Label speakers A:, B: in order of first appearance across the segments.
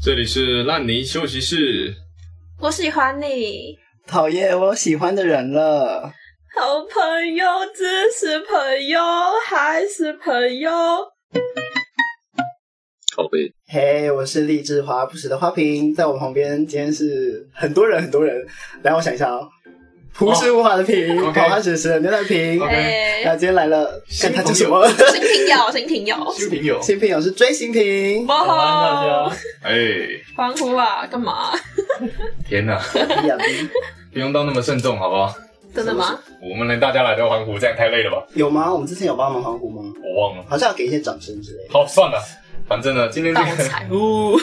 A: 这里是烂泥休息室，
B: 我喜欢你，
C: 讨厌，我喜欢的人了。
B: 好朋友只是朋友，还是朋友。
A: 靠背。
C: 嘿、我是励志华不实的花瓶，在我旁边今天是很多人，很多人。来，我想一下哦，朴实无华的瓶，
A: 哦，OK
C: 好汉史诗的牛奶瓶。
A: OK
B: 哎、
C: 那今天来了，
A: 新
C: 看他叫
A: 朋
C: 什
A: 友
C: 么？
B: 新听友，新听友，
A: 新朋友，
C: 新品友是追星 瓶，
B: 哇吼！
A: 哎，
B: 欢呼啊！干嘛？
A: 天哪，
C: 哎呀逼
A: 不用到那么慎重，好不好？
B: 真的吗？
A: 我们连大家来都欢呼，这样太累了吧？
C: 有吗？我们之前有帮忙欢呼吗？
A: 我忘了。
C: 好像要给一些掌声之类的。
A: 好，算了，反正呢，今天这
B: 盗
A: 个
B: 财物，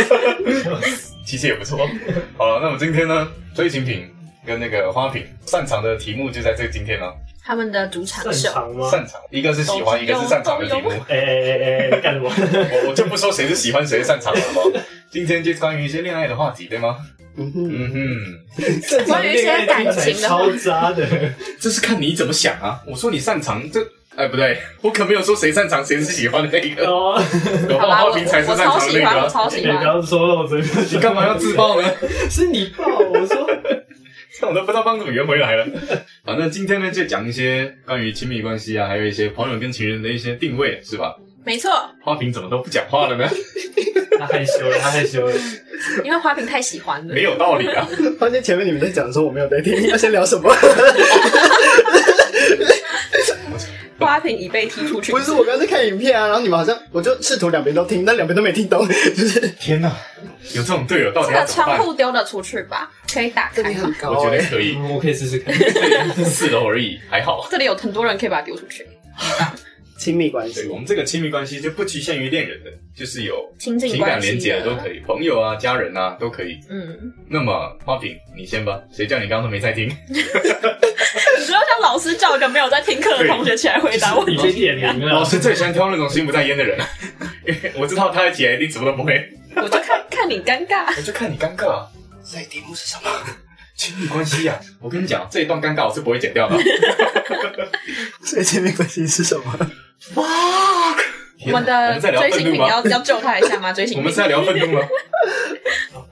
A: 其实也不错。 好了，那我们今天呢，追情品跟那个花瓶擅长的题目就在这今天了。
B: 他们的主场
D: 擅
B: 秀。
D: 长吗？
A: 擅长，一个是喜欢，一个是擅长的题目。
D: 哎哎哎哎，干什么？
A: 我我就不说谁是喜欢谁是擅长了，好不好？今天就关于一些恋爱的话题，对吗？
C: 嗯哼，
A: 嗯哼，
B: 关于一些感情的话
D: 超渣的，
A: 这是看你怎么想啊。我说你擅长，这哎不对，我可没有说谁擅长谁是喜欢的那一个，
D: 哦，
A: 搞不
B: 好
A: 好
B: 啦，我
A: 花瓶才是
B: 我
A: 擅长
B: 超
A: 的
B: 喜
A: 那
B: 欢，
A: 个
B: 我
A: 啊。
B: 超
D: 你
B: 喜
D: 不
B: 欢。
D: 要说漏嘴，
A: 你干嘛要自爆呢？
D: 是你爆，我说
A: 这我都不知道帮怎么圆回来了。反正今天呢，就讲一些关于亲密关系啊，还有一些朋友跟情人的一些定位，是吧？
B: 没错，
A: 花瓶怎么都不讲话了 呢？
D: 他害羞了，他害羞了。
B: 因为花瓶太喜欢了
A: 没。有道理啊！
C: 发现前面你们在讲的时候我没有在听，要先聊 什么？
B: 花瓶已被踢出去。
C: 不是，我刚才看影片啊，然后你们好像我就试图两边都听，但两边都没听懂，就是
A: 天哪，有这种队友到
B: 这
A: 底要
B: 个
A: 怎么
B: 窗
A: 办？
B: 户丢了出去吧，可以打
C: 这
B: 开
C: 里很
B: 吗？
C: 高
A: 我觉
C: 哎、
A: 得可
B: 哦
A: 以，
D: 嗯，我可以试试看。
A: 四楼而已，还好。
B: 这里有很多人可以把它丢出去。
C: 亲密关系
A: 对，我们这个亲密关系就不局限于恋人的，就是有
B: 亲近
A: 情
B: 关
A: 感
B: 系
A: 连接
B: 啊
A: 的都可以，朋友啊、家人啊都可以。
B: 嗯，
A: 那么花瓶，你先吧，谁叫你刚刚都没在听？
B: 你不要像老师叫一个没有在听课的同学起来回答问
D: 你被
B: 题。
D: 点名
B: 啊
D: 啊了，
A: 老师最喜欢挑那种心不在焉的人， 因为我知道他一起来一定什么都不会，
B: 我就看看你尴尬。
A: 我就看你尴尬、啊。
C: 所以题目是什么？
A: 亲密关系呀、啊，我跟你讲，这一段尴尬我是不会剪掉的。
C: 所以亲密关系是什么？
A: 哇！
B: 我
A: 天哪
B: 们
A: 我
B: 的
A: 们在聊
B: 追
A: 愤
B: 星
A: 怒
B: 品
A: 吗
B: 要？要救他一下吗？追
A: 我
B: 星
A: 们
B: 品
A: 是在聊愤怒吗？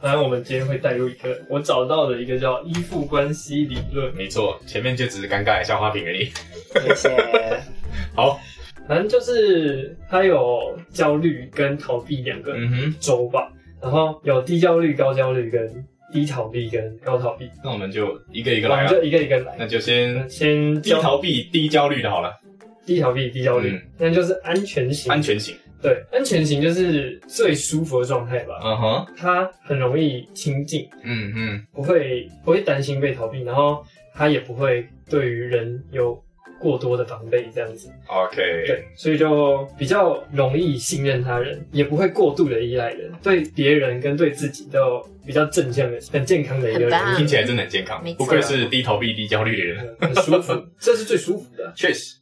D: 反正我们今天会带入一个我找到的一个叫依附关系理论。
A: 没错，前面就只是尴尬一下花瓶而已。
C: 谢谢。
A: 好，
D: 反正就是它有焦虑跟逃避两个
A: 嗯哼，
D: 周吧，然后有低焦虑、高焦虑跟低逃避跟高逃避，
A: 那我们就一个一个
D: 我
A: 来
D: 们
A: 啊，
D: 就一个一个来。嗯
A: 那就先
D: 先
A: 低
D: 焦
A: 逃避、低焦虑的好了，
D: 低逃避、低焦虑
A: 嗯，
D: 那就是安全
B: 嗯
D: 型。
A: 安全型。
D: 对，安全型就是最舒服的状态吧，
A: 嗯哼，
D: 它很容易亲近，
A: 嗯嗯，
D: 不会不会担心被逃避，然后它也不会对于人有过多的防备这样子。
A: OK，
D: 对，所以就比较容易信任他人，也不会过度的依赖人，对别人跟对自己都有比较正向的、很健康的一个
B: 很
D: 人
B: 棒
A: 听起来真的很健康
B: 没，
A: 不
B: 错
A: 愧是低逃避、低焦虑的人，
D: 生，很舒服，这是最舒服的。
A: 确实。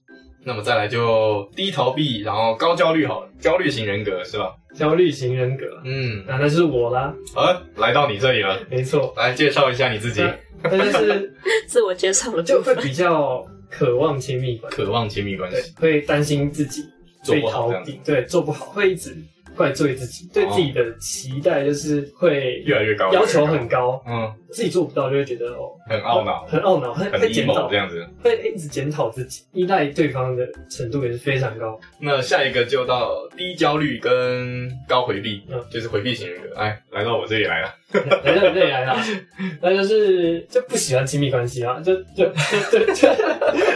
A: 那么再来就低逃避，然后高焦虑好了，焦虑型人格是吧？
D: 焦虑型人格，
A: 嗯，
D: 啊，那就是我啦，
A: 啊，来到你这里了，
D: 没错，
A: 来介绍一下你自己，
D: 那就是
B: 自我介绍的
D: 就
B: 部
D: 会
B: 分。
D: 比较渴望亲密关系，
A: 渴望亲密关
D: 对
A: 系，，
D: 会担心自己
A: 做
D: 被
A: 不好
D: 逃
A: 这样子哦
D: 避，对，做不好，会一直怪罪自己，对自己的期待就是会
A: 越来越高，
D: 要求很，高，
A: 嗯，
D: 自己做不到就会觉得哦，
A: 很懊恼，
D: 很懊恼，会
A: 很
D: 会检讨
A: emo 这样子。
D: 会一直检讨自己，依赖对方的程度也是非常高。
A: 那下一个就到低焦虑跟高回避
D: 嗯，
A: 就是回避型人格，哎，来到我这里来了，
D: 来了，这里来了，啊那就是就不喜欢亲密关系啊，就就就就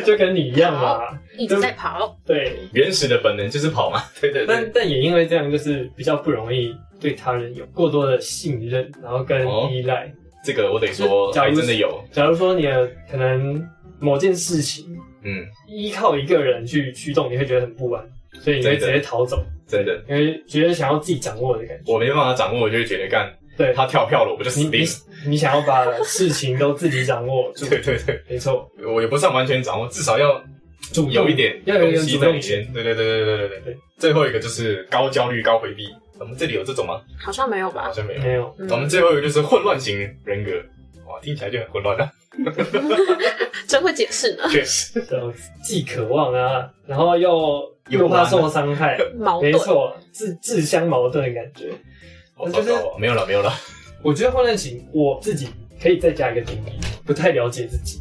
D: 就就跟你一样嘛。
B: 一直在跑，
D: 对，
A: 原始的本能就是跑嘛， 对对
D: 但
A: 对，
D: 但也因为这样，就是比较不容易对他人有过多的信任，然后跟
A: 哦
D: 依赖。
A: 这个我得说，
D: 假
A: 还
D: 如
A: 真的有，
D: 假如说你的可能某件事情
A: 嗯，
D: 依靠一个人去驱动，你会觉得很不安，所以你
A: 对
D: 会
A: 的
D: 直接逃走，
A: 真的，
D: 因为觉得想要自己掌握的感觉。
A: 我没办法掌握，我就会觉得干
D: 对，
A: 他跳票了，我就
D: 你
A: 死定
D: 你
A: 了。
D: 你想要把事情都自己掌握住，
A: 对对对，
D: 没错，
A: 我也不算完全掌握，至少要
D: 主动
A: 有一点
D: 要有
A: 东
D: 一点
A: 西
D: 主
A: 在里
D: 动
A: 面。
D: 权。
A: 对对对对对对对对。最后一个就是高焦虑、高回避，我们这里有这种吗？
B: 好像没有
D: 啊
A: 好
B: 吧？
A: 像没有。
D: 没有，
B: 嗯
A: 我们最后一个就是混乱型人格，哇，听起来就很混乱啊了，
B: 真会解释呢，
A: 确实。
D: 呃，既渴望啊，然后又
A: 又
D: 又
A: 不安
D: 怕
A: 啊
D: 受伤害，
B: 矛
D: 没
B: 盾。
D: 错，自自相矛盾的感觉。
A: 我
D: 就是
A: 糟糕没有了，没有了。
D: 我觉得混乱型我自己可以再加一个定义，不太了解自己，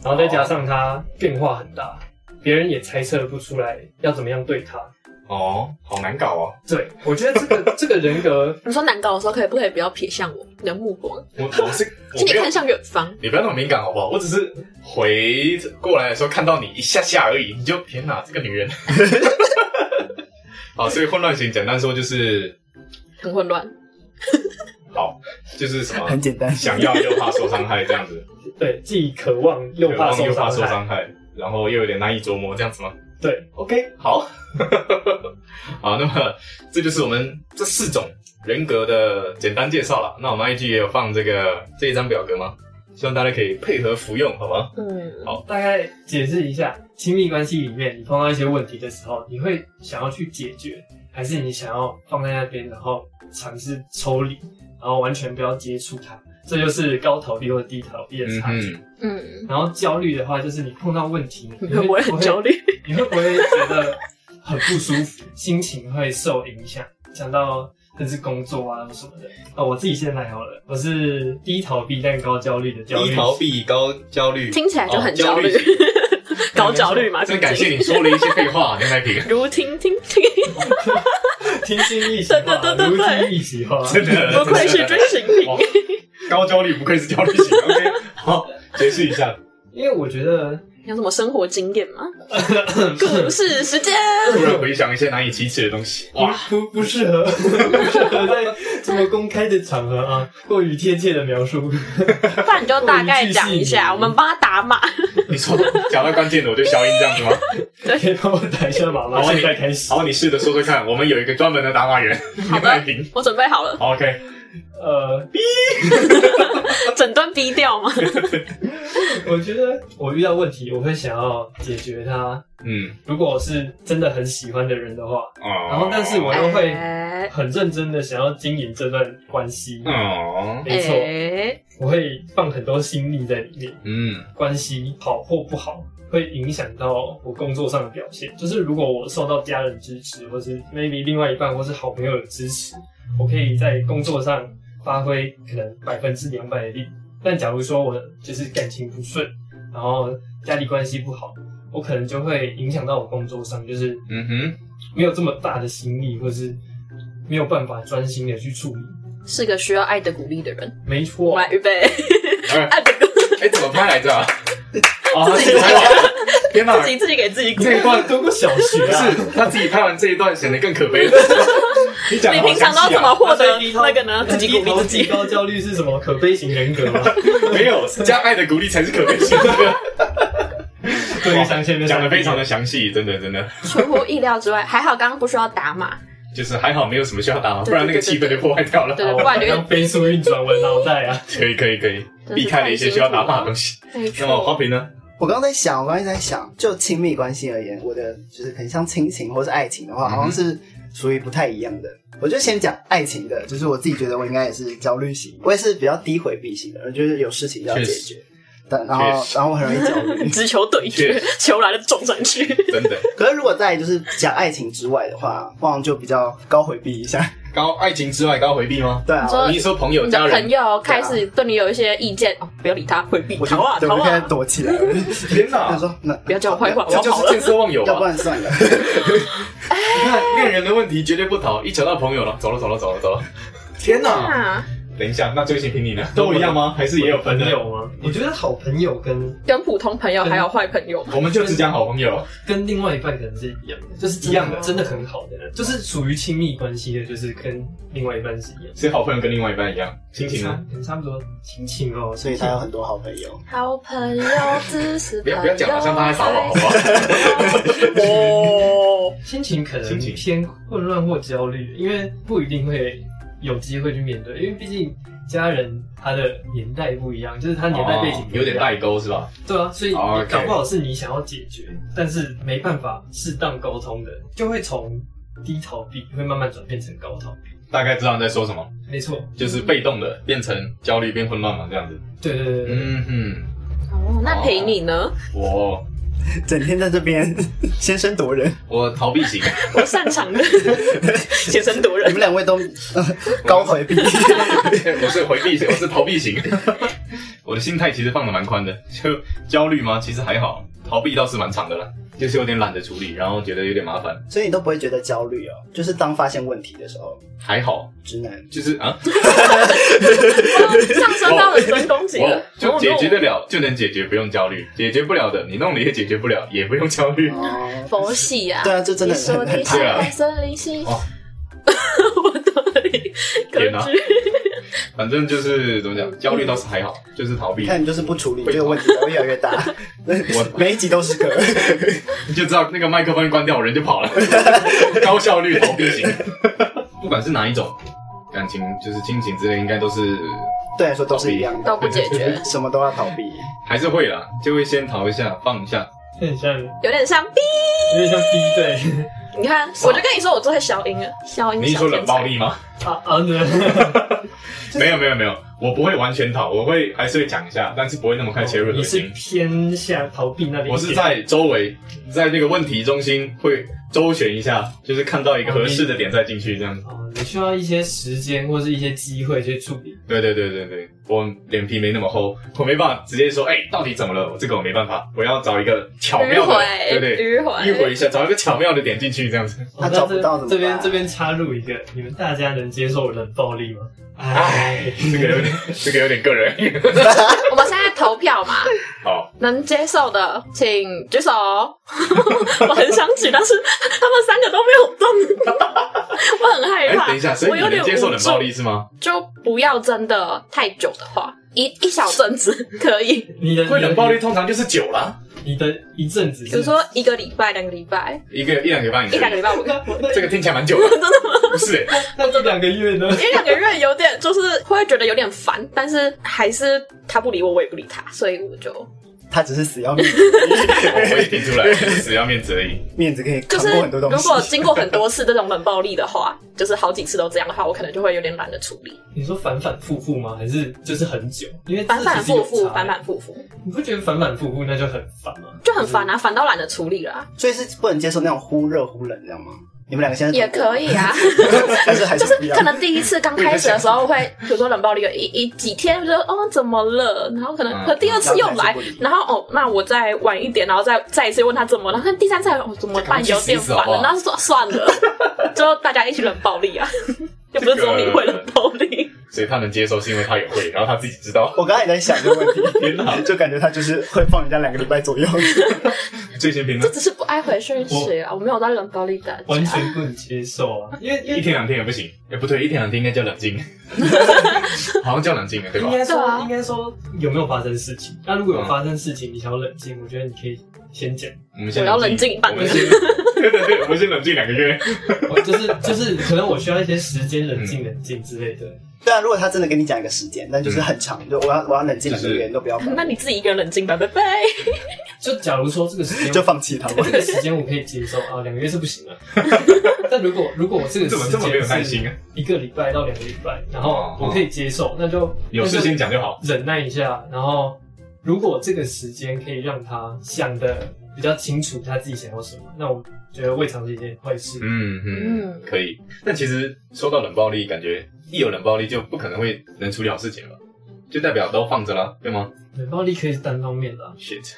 D: 然后再加上他变化很大，别人也猜测不出来要怎么样对他。
A: 哦，好难搞啊！
D: 对，我觉得这 个这个人格
B: 你说难搞的时候，可以不可以不要瞥向我你的目光，
A: 我我 是我
B: 请你
A: 没有
B: 看，向远方？
A: 你不要那么敏感好不好？我只是回过来的时候看到你一下下而已，你就天哪，这个女人。 好，所以混乱型简单说就是
B: 很混乱，
A: 好，就是什么
C: 很简单。
A: 想要又怕受伤害这样子，
D: 对，既渴望又怕
A: 渴望
D: 受
A: 又怕
D: 伤
A: 受
D: 害。
A: 伤害，然后又有点难以琢磨这样子吗？
D: 对
A: ，OK，好， 好，那么这就是我们这四种人格的简单介绍了。那我们 IG 也有放这个这一张表格吗？希望大家可以配合服用，好吗？
B: 嗯，
D: 大概解释一下，亲密关系里面你碰到一些问题的时候，你会想要去解决，还是你想要放在那边，然后尝试抽离，然后完全不要接触它？这就是高逃避或低逃避的
A: 嗯
D: 差距。
A: 哼，
B: 嗯，
D: 然后焦虑的话，就是你碰到问题，你 会
B: 我也很焦虑，
D: 你会不会觉得很不舒服，心情会受影响？讲到甚至工作啊什么的，哦，我自己先来好了，我是低逃避但高焦虑的焦虑
A: 低
D: 型
A: 逃避高焦虑，
B: 听起来就很
A: 哦
B: 焦 虑，
A: 型
B: 搞焦虑嘛，
A: 真
B: 毕竟
A: 感谢你说了一些废话，牛奶 瓶。
B: 如听听 听，
D: 听心 一席话，
B: 对对对对
D: 如
B: 对
D: 听一席话。
A: 真的，
B: 不愧是
A: 真
B: 军
A: 的
B: 行品，
A: 哇高焦虑，不愧是焦虑型。OK，好， 解释一下。
D: 因为我觉得，
B: 你有什么生活经验 吗？故事时间，
A: 突然回想一些难以启齿的东西，哇，
D: 不不适合， 不适合在这么公开的场合啊，过于贴切的描述。
B: 不然你就大概讲一下，我们帮他打码。
A: 你说讲到关键的我就消音这样子吗？
D: 可以帮我打一下码吗？
A: 好啊
D: 现在开始。
A: 好，你试着说说看，我们有一个专门的打码员，
B: 好
A: 牛
B: 的
A: 奶瓶。
B: 我准备好了，
A: OK，
D: 呃，
B: 整段逼掉吗？
D: 我觉得我遇到问题，我会想要解决它。
A: 嗯，
D: 如果我是真的很喜欢的人的话，
A: 哦，
D: 然后但是我又 会
B: 哎
D: 很认真的想要经营这段关系。
A: 哦，
D: 没错，
B: 哎
D: 我会放很多心力在里面。
A: 嗯
D: 关系好或不好，会影响到我工作上的表现。就是如果我受到家人支持，或是 maybe 另外一半或是好朋友的支持，我可以在工作上发挥可能百分之两百的力。但假如说我就是感情不顺，然后家里关系不好，我可能就会影响到我工作上，就是
A: 嗯哼，
D: 没有这么大的心力，或是没有办法专心的去处理。
B: 是个需要爱的鼓励的人。
D: 没
B: 我
D: 错，
B: 们来预备，
A: 哎
B: 爱的鼓
A: 哎，怎么拍来着啊？哦
D: 啊，
B: 自己
D: 这个
A: 天哪
B: 自，己自己给自己鼓
A: 这
B: 励。
A: 一段
D: 读过小学
A: 不
D: 啊，
A: 是他自己拍完这一段显得更可悲了。你讲
B: 你
A: 的好
B: 平常
A: 详
B: 都
A: 细
B: 怎么
A: 啊，
B: 获得
D: 所以低头呃
B: 那个呢？自己鼓励自己。
D: 低头提高焦虑是什么？可悲型人 格吗？
A: 没有加爱的鼓励才是可悲型的，
D: 对，像前面
A: 讲的非常的详细，真的真的，
B: 出乎意料之外，还好刚刚不需要打码，
A: 就是还好没有什么需要打码，不然那个气氛就破坏掉了。
B: 对不然就
D: 当飞速运转我的脑袋啊。
A: 可以可以可以，
B: 真是
A: 避开了一些需要打码的东西。
B: 没
A: 那么花
B: 错。
A: 瓶呢？
C: 我刚刚在想，我刚刚一直在想，就亲密关系而言，我的就是很像亲情或是爱情的话，
A: 嗯哼
C: 好像是属于不太一样的。我就先讲爱情的，就是我自己觉得我应该也是焦虑型，我也是比较低回避型的，我就是有事情要解
A: 确实
C: 决，但然后
A: 确实
C: 然后我很容易焦 虑。
B: 直球对决
A: 确，
B: 球来了撞上去。
A: 真的
C: 可是如果在就是讲爱情之外的话，往往就比较高回避一下。
A: 高爱情之外高回避吗？
C: 对啊
B: 你，说
A: 你是说朋友
B: 你
A: 家
B: 的
A: 人
B: 朋？友开始对你有一些意见，哦，不要理他，回避，
C: 我就
B: 逃啊
C: 对
B: 逃
C: 我就开始
B: 啊，
C: 躲起来了。
A: 天
C: 他
A: 哪！
C: 说那
B: 不要叫我坏话，我
A: 这
B: 要
A: 就
B: 跑
A: 是
B: 了
A: 见。色忘友
C: 要不
A: 啊！
C: 然算了。
A: 你看恋人的问题绝对不逃，一扯到朋友了，走了走了走了走了。天哪！
B: 啊，
A: 等一下，那追星评你呢？都一样吗？还是也有分
D: 朋
A: 的？
D: 友吗？我觉得好朋友跟
B: 跟普通朋友还有坏朋友嘛，
A: 我们就只讲好朋友。
D: 跟另外一半可能是一样的，就是
A: 一样的
D: 真的啊嗯很好的人，就是属于亲密关系的，就是跟另外一半是一样。
A: 所以好朋友跟另外一半一样，
D: 啊
A: 亲情呢？
D: 差差不多，亲情哦，
C: 所以他有很多好朋友。
B: 好朋友只是
A: 不
B: 朋友
A: 要不要讲了，好像他在撒网，好不好？
B: 哦，
D: 亲情可能
A: 亲情
D: 偏混乱或焦虑，因为不一定会有机会去面对，因为毕竟家人他的年代不一样，就是他年代背景
A: 哦
D: 不一样
A: 有点代沟是吧？
D: 对啊，所以
A: 哦，OK
D: 搞不好是你想要解决，但是没办法适当沟通的，就会从低逃避会慢慢转变成高逃避。
A: 大概知道你在说什么，
D: 没错，
A: 就是被动的变成焦虑变混乱嘛，这样子。
D: 对对对对对，
A: 嗯哼，
B: 哦，那陪你呢？
A: 我
C: 整天在这 边先声夺人，
A: 我逃避型，
B: 我擅长 的写成夺
C: 你
B: 人
C: 们。两位都、呃高回避。
A: 我是回避型，我是逃避型。 我的心态其实放的蛮宽的，就焦虑吗？其实还好，逃避倒是蛮长的啦，就是有点懒得处理，然后觉得有点麻烦，
C: 所以你都不会觉得焦虑哦，就是当发现问题的时候，
A: 还好，
C: 直男
A: 就是啊，
B: 上升到了真攻击
A: 我
B: 了，
A: 哦
B: 哦
A: 就解决
B: 的
A: 得了就能解决，不用焦虑；解决不了的，你弄了也解决不了，也不用焦虑。
C: 哦，
B: 佛系啊。
C: 对啊，这真
B: 你
C: 的
B: 说
C: 很很
B: 你
C: 太
B: 想
A: 对啊
B: 在森林系，
A: 哦
B: 我懂你格
A: 天哪
B: 局。
A: 反正就是怎么讲，焦虑倒是还好，就是逃避
C: 你，看你就是不处理这个问题，会越来越 大。每一集都是个，
A: 你就知道那个麦克风一关掉，我人就跑了，高效率逃避型。不管是哪一种感情，就是亲情之类，应该都是
C: 对来说都是一样
B: 都不
C: 的，
B: 解决，
C: 什么都要逃避。
A: 还是会啦，就会先逃一下，放一下。
D: 有点像，有
B: 有点像 B。
D: 点像 B 队
B: 你看，我就跟你说，我最会消音了，消音。
A: 你一说冷暴力吗？
D: 啊啊！对
A: 没有没有没有，我不会完全逃，我会还是会讲一下，但是不会那么快切入核
D: 哦你是
A: 心。
D: 偏向逃避那里一点，
A: 我是在周围，在那个问题中心会周旋一下，就是看到一个合适的点再进去这样。
D: 啊，你需要一些时间或是一些机会去处理。
A: 对对对对对，我脸皮没那么厚，我没办法直接说，哎、到底怎么了？我这个我没办法，我要找一个巧妙
B: 迂
A: 的
B: 回，，
A: 对对，
B: 迂回，
A: 迂回一下，找一个巧妙的点进去这样子。
C: 他找不到怎么办
D: 哦这边这边插入一个，你们大家能接受冷暴力吗？哎，
A: 这个有点，这个有点个人。
B: 我们现在投票嘛，
A: 好，
B: 能接受的请举手。哦我很想举，但是他们三个都没有动，我很害
A: 哎、
B: 怕。
A: 等一下，所
B: 我
A: 以
B: 有
A: 你能
B: 点
A: 接受冷暴力
B: 无
A: 是吗？
B: 助，就不要真的太久的话，一一小阵子可 以，
D: 你的
A: 会冷暴力，通常就是久啦，
D: 你的一阵子，
B: 比如 说一个礼拜、两个礼拜、
A: 一个一两个礼拜你可
B: 一
A: 以
B: 两个礼拜我可以。
A: 这个听起来蛮久的， 真的吗？不是、欸，
D: 那一两个月呢？
B: 因为两个月有点就是会觉得有点烦，但是还是他不理我，我也不理他，所以我就
C: 他只是死要面 子，
A: 哦我也提出来，只要面子而已。
C: 面子可以
B: 就
C: 扛
B: 是
C: 过很多东
B: 如
C: 西。
B: 果经过很多次这种冷暴力的话，就是好几次都这样的话，我可能就会有点懒得处理，
D: 你说反反复复吗？还是就是很久？因为这
B: 反反
D: 其实有
B: 复复，
D: 差欸
B: 反，反复复
D: 你不觉得反反复复那就很烦吗？
B: 就很烦啊，烦到懒得处理了啊、
C: 所以是不能接受那种忽热忽冷，这样吗？你们两个现在
B: 也可以啊。
C: 还是还
B: 就是
C: 不
B: 是
C: 要
B: 可能第一次刚开始的时候会，比如说冷暴力有一一几天，就觉得哦怎么了，然后可能
A: 嗯
B: 可第二次又来
C: 然后还是不理，
B: 然后哦那我再晚一点，然后再再一次问他怎么了，看第三次还哦怎么办
A: 这
B: 有
A: 赶快去
B: 点
A: 死死
B: 烦
A: 好不
B: 了
A: 好，
B: 那说算了，最后大家一起冷暴力啊，又不是只有你会冷暴力，
A: 所以他能接受是因为他也会，然后他自己知道。
C: 我刚才也在想这个问
A: 天哪
C: 题， 就感觉他就是会放人家两个礼拜左右。
A: 最先评
B: 这
A: 论
B: 只是不爱回讯息啊，我没有在冷暴力大家，
D: 完全不能接 受啊！因为
A: 一
D: 因为
A: 天两天也不行，哎，不对，一天两天应该叫冷静，好像叫冷静了，对吧
D: 应？该
B: 对
D: 说
B: 啊
D: 应该说有没有发生事情？那如果有发生事情，你想要冷静，我觉得你可以先讲。
A: 我们先
B: 我要冷静半
A: 我
B: 个
A: 们
B: 月
A: 先， 对对对，我们先冷静两个月。
D: 我就是 就是，可能我需要一些时间冷静冷静之类的。
C: 对啊，如果他真的跟你讲一个时间，那就是很长，就我要我要冷静两个
A: 就
C: 月，
A: 是
C: 你都不要管
B: 那你自己一个人冷静吧，拜拜。
D: 就假如说这个时间
C: 就放弃他
D: 我
C: 吧。
D: 这个时间我可以接受啊，两个月是不行 了。但如果如果我这个
A: 怎么
D: 时
A: 这么没有
D: 间
A: 耐心啊哦
D: 是一个礼拜到两个礼拜，然后我可以接受，那就
A: 有事情讲就好，
D: 那就忍耐一下。然后如果这个时间可以让他想的比较清楚他自己想要什么，那我觉得未尝是一件坏事。
A: 嗯嗯
B: 嗯，
A: 可以。但其实说到冷暴力，感觉一有冷暴力就不可能会能处理好事情了，就代表都放着啦，对吗
D: 冷暴力可以是单方面的啊、
A: ？shit，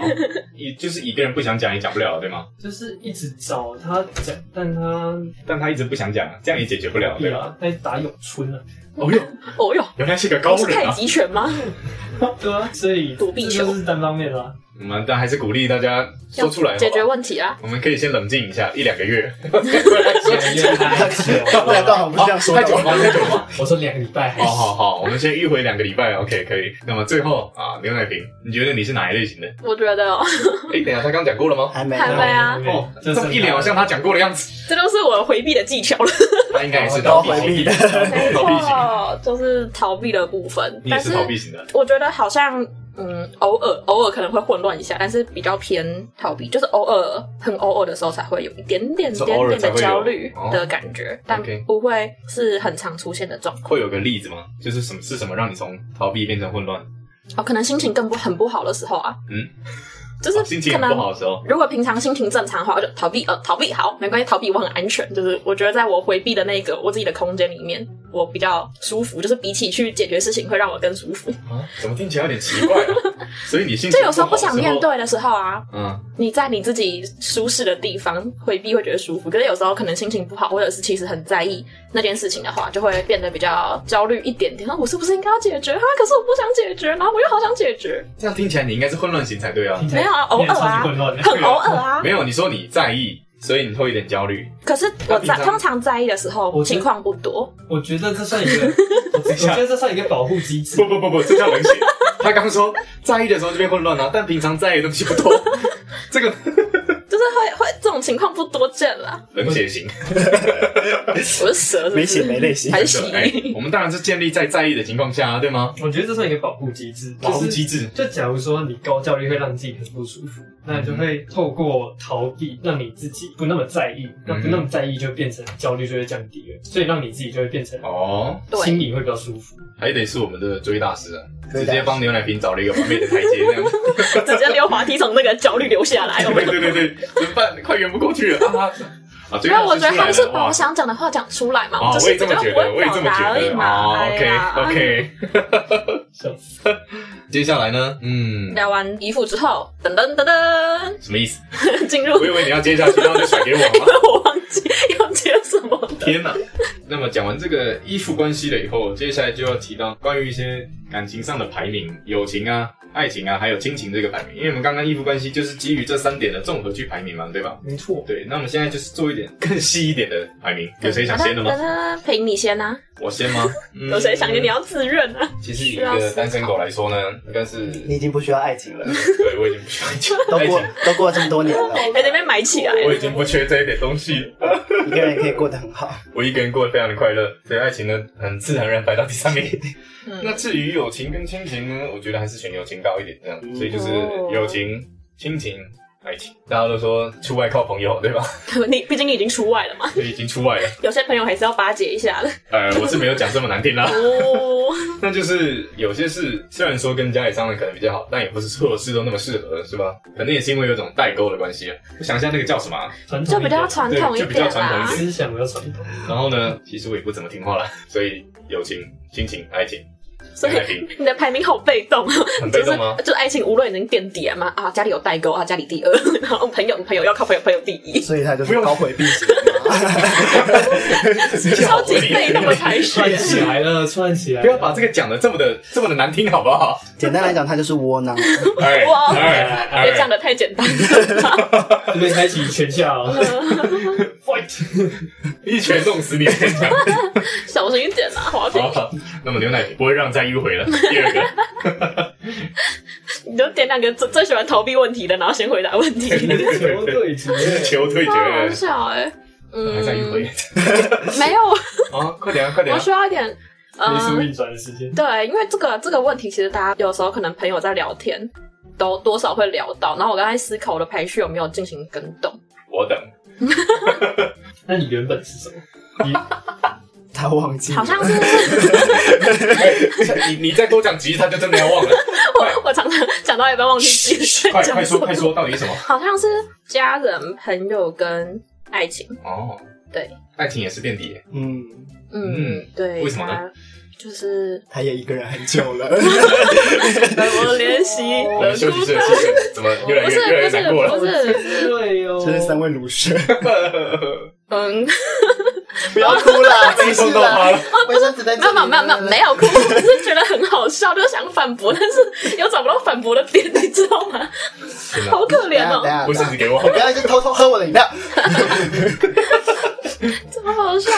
A: 好一 就是一个人不想讲也讲不了，对吗？
D: 就是一直找他讲，但他
A: 但他一直不想讲，这样也解决不了，对
D: 对
A: 吧？
D: 啊，在打咏 春啊，
A: 哦哟，
B: 哦哟，
A: 原来是个高
B: 你是
A: 人
B: 太
A: 啊！
B: 极拳吗？
D: 对啊，所以
B: 躲避
D: 这就
B: 球
D: 是单方面的、啊。
A: 我们但还是鼓励大家说出来，
B: 解决
A: 好吧
B: 问题啊，
A: 我们可以先冷静一下一两个月， 回来说
D: 两个月还久
C: 对啊，刚好不是这样说
A: 太久了
C: 的。
A: 吗？太久了吗？
D: 我说两个礼拜还
A: 好
D: 行。
A: 好好，我们先迂回两个礼拜，OK，可哦以。那么最后啊，牛奶瓶，你觉得你是哪一类型的？
B: 我觉得哦
A: 哎，等一下他刚讲过了吗？
C: 还没
B: 还没啊
A: 哦，这
D: 是
A: 么一脸好像他讲过的样 子，
B: 这都是我回避的技巧 了。
A: 他应该也是逃
C: 高回避
A: 避
C: 的
A: 型，，
B: 没
A: 逃避型，
B: 错， 就是逃避的部分。
A: 你也
B: 哦但
A: 是逃避型的。
B: 我觉得好像，嗯，偶尔偶尔可能会混乱一下，但是比较偏逃避，就是偶尔很偶尔的时候才会有一点点
A: 是
B: 点
A: 偶尔
B: 点
A: 才
B: 的
A: 会有
B: 焦虑
A: 哦
B: 的感觉，但
A: OK
B: 不会是很常出现的状况。
A: 会有个例子吗？就是什么是什么让你从逃避变成混乱？
B: 哦，可能心情更不很不好的时候啊，
A: 嗯，
B: 就是
A: 哦心情
B: 可
A: 很
B: 能
A: 不好的时候，
B: 如果平常心情正常的话，我就逃避，呃，逃避好，没关系，逃避我很安全。就是我觉得在我回避的那个我自己的空间里面，我比较舒服。就是比起去解决事情，会让我更舒服。
A: 啊，怎么听起来有点奇怪啊？所以你心情
B: 就有时候
A: 不
B: 不
A: 好的
B: 想面，对的时候啊，
A: 嗯，
B: 你在你自己舒适的地方回避会觉得舒服，可是有时候可能心情不好，或者是其实很在意那件事情的话，就会变得比较焦虑一点点。那我是不是应该要解决？啊，可是我不想解决，然后我又好想解决，
A: 这样听起来你应该是混乱型才对啊。
B: 没有啊偶尔啊
D: 超级混乱的，
B: 很偶尔啊
A: 没。有，你说你在意，所以你会有点焦虑。
B: 可是我在
A: 那平常
B: 通常在意的时候
D: 我觉得
B: 情况不多，
D: 我觉得这算一个，我我觉得这算一个保护机制
A: 不。不不不，这叫冷血。他刚说在意的时候就变混乱了、但平常在意的东西不多。这个
B: 就是会会这种情况不多见啦。
A: 冷血型，
B: 我是蛇是不
C: 没
B: 是
C: 血没泪型
B: 还是
A: 对哎
B: 喜？
A: 我们当然是建立在在意的情况下啊，对吗？
D: 我觉得这算一个保护机制，
A: 保护机
D: 制。
A: 制，
D: 就假如说你高焦虑会让自己很不舒服，那你就会透过逃避让你自己不那么在意，那不那么在意就变成焦虑就会降低了，所以让你自己就会变成
A: 哦，
D: 心
B: 对，
D: 里会比较舒服。
A: 还得是我们的追大师啊，
C: 追
A: 直
C: 大师
A: 接帮牛奶瓶找了一个完美的台阶，这样子。
B: 直接溜滑梯从那个焦虑流下来。哎我
A: 哎 对对
B: 们
A: 对对，怎么办？快圆不过去了啊！啊，追
B: 没
A: 大
B: 有，
A: 师
B: 我觉得
A: 出
B: 他
A: 来
B: 们是
A: 了
B: 把
A: 哇
B: 我想讲的话讲出来嘛，
A: 哦，
B: 就是
A: 我也这
B: 比
A: 么
B: 较
A: 觉
B: 不
A: 得，
B: 会
A: 我也
B: 表
A: 这么
B: 达
A: 觉
B: 而已
A: 得。
B: 嘛。
A: 哦
B: 哎
A: ，OK
B: 呀
A: OK。
D: 笑死
A: 接下来呢？嗯，
B: 聊完姨父之后，噔噔噔噔，
A: 什么意思？
B: 进入
A: 我以为你要接下去，然后就甩给我 好吗？
B: 我忘记要接什么了。
A: 天哪！那么讲完这个依附关系了以后，接下来就要提到关于一些感情上的排名，友情啊、爱情啊，还有亲情这个排名。因为我们刚刚依附关系就是基于这三点的综合去排名嘛，对吧？
D: 没错，
A: 对，那我们现在就是做一点更细一点的排名。有谁想先的
B: 噔
A: 吗？
B: 噔噔陪你先啊，
A: 我先 吗？嗯
B: 有谁想先？你要自认啊？
A: 其实以一个单身狗来说呢，应该是
C: 你已经不需要爱情了，
A: 对我已经不需要爱情，
C: 都
A: 爱
C: 过
A: 情
C: 都过了这么多年了，
B: 还得被埋起来了。
A: 我已经不缺这一点东西了。
C: 一个人也可以过得很好。
A: 我一个人过得非常的快乐，所以爱情呢，很自然而然排到第三名。
B: 嗯
A: 那至于友情跟亲情呢，我觉得还是选友情高一点，这样，
C: 嗯
A: 所以就是
B: 哦
A: 友情、亲情、爱情。大家都说出外靠朋友，对吧？
B: 你毕竟你已经出外了嘛，
A: 所以已经出外了。
B: 有些朋友还是要巴结一下的。
A: 呃，我是没有讲这么难听啦。
B: 哦，
A: 那就是有些事虽然说跟家里商量可能比较好，但也不是所有事都那么适合，是吧？可能也是因为有种代沟的关系啊。我想一下那个叫什么啊、
D: 传
B: 就
D: 统一
B: 比
D: 点
B: 较传统一
A: 对就比较
B: 点
A: 传统一
B: 啦
A: 点。
D: 思想比较传统。
A: 然后呢，其实我也不怎么听话啦，所以友情、亲情、爱情，
B: 所以
A: 爱情
B: 你的排名好被动，
A: 很被
B: 就是
A: 动吗？
B: 就是爱情，无论你能垫底啊嘛啊，家里有代沟啊，家里第二， 然后朋友朋友要靠朋友，朋友第 一，
C: 所以他就是高回避型，
B: 超级被动的排序。
D: 串起来了，串起来
A: 不
D: 了！
A: 要把这个讲的这么的这么的难听，好不好？
C: 简单来讲，他就是窝囊。
A: 哎
B: 哇
A: 哎 哎
B: 别讲的太简 单了，
D: 这边开启全 下哦，fight！
A: 一拳弄死你！
B: 小心一点啊，华平，
A: 好，那么牛奶不会让再迂回了。第二个，
B: 你就点两个最最喜欢逃避问题的，然后先回答问 题，
D: 球对决，
A: 求退
B: 好好
A: 决，
B: 笑哎、
A: 还在迂回
B: 嗯，没有，
A: 啊！快点啊，快点
B: 我
A: 啊！
B: 需要一点，
D: 飞
B: 嗯
D: 速，运转的时间。
B: 对，因为这个这个问题，其实大家有时候可能朋友在聊天，都多少会聊到。然后我刚才思考我的排序有没有进行跟动，
A: 我等。
D: 那你原本是什么？你
C: 他忘
A: 嗯
C: 记了，
B: 好像是
A: 你你再多讲几句，他就真的要忘 了。
B: 我我常常讲到一半忘记自己在
A: 快
B: 讲
A: 快
B: 什
A: 说
B: 么
A: 快，说，到底是什么？
B: 好像是家人、朋友跟爱情。
A: 哦，
B: 对，
A: 爱情也是垫底，
C: 嗯，
B: 嗯，
A: 嗯
B: 对，
A: 为什么呢
B: 它就是
C: 他也一个人很久 了。
B: 我练习，
C: 哦
A: 我们休息室的气氛怎么越来越
B: 不是
A: 越来越
B: 不
A: 难过
B: 是
A: 了？
B: 不是，
D: 对哦，
C: 这是三位卤蛇，
B: 嗯，
C: 不要哭了， 没事
A: 碰到他
C: 了
A: 了，
C: 卫生纸在
B: 没有没有没有没有没有哭，我只是觉得很好笑，就想反驳，但是又找不到反驳的点，你知道吗？
A: 天哪！
B: 好可
C: 等一
B: 怜
C: 下等
B: 哦，
C: 一下，
A: 卫生纸给我。
C: 不要一直偷偷喝我的饮料，
B: 怎么好笑？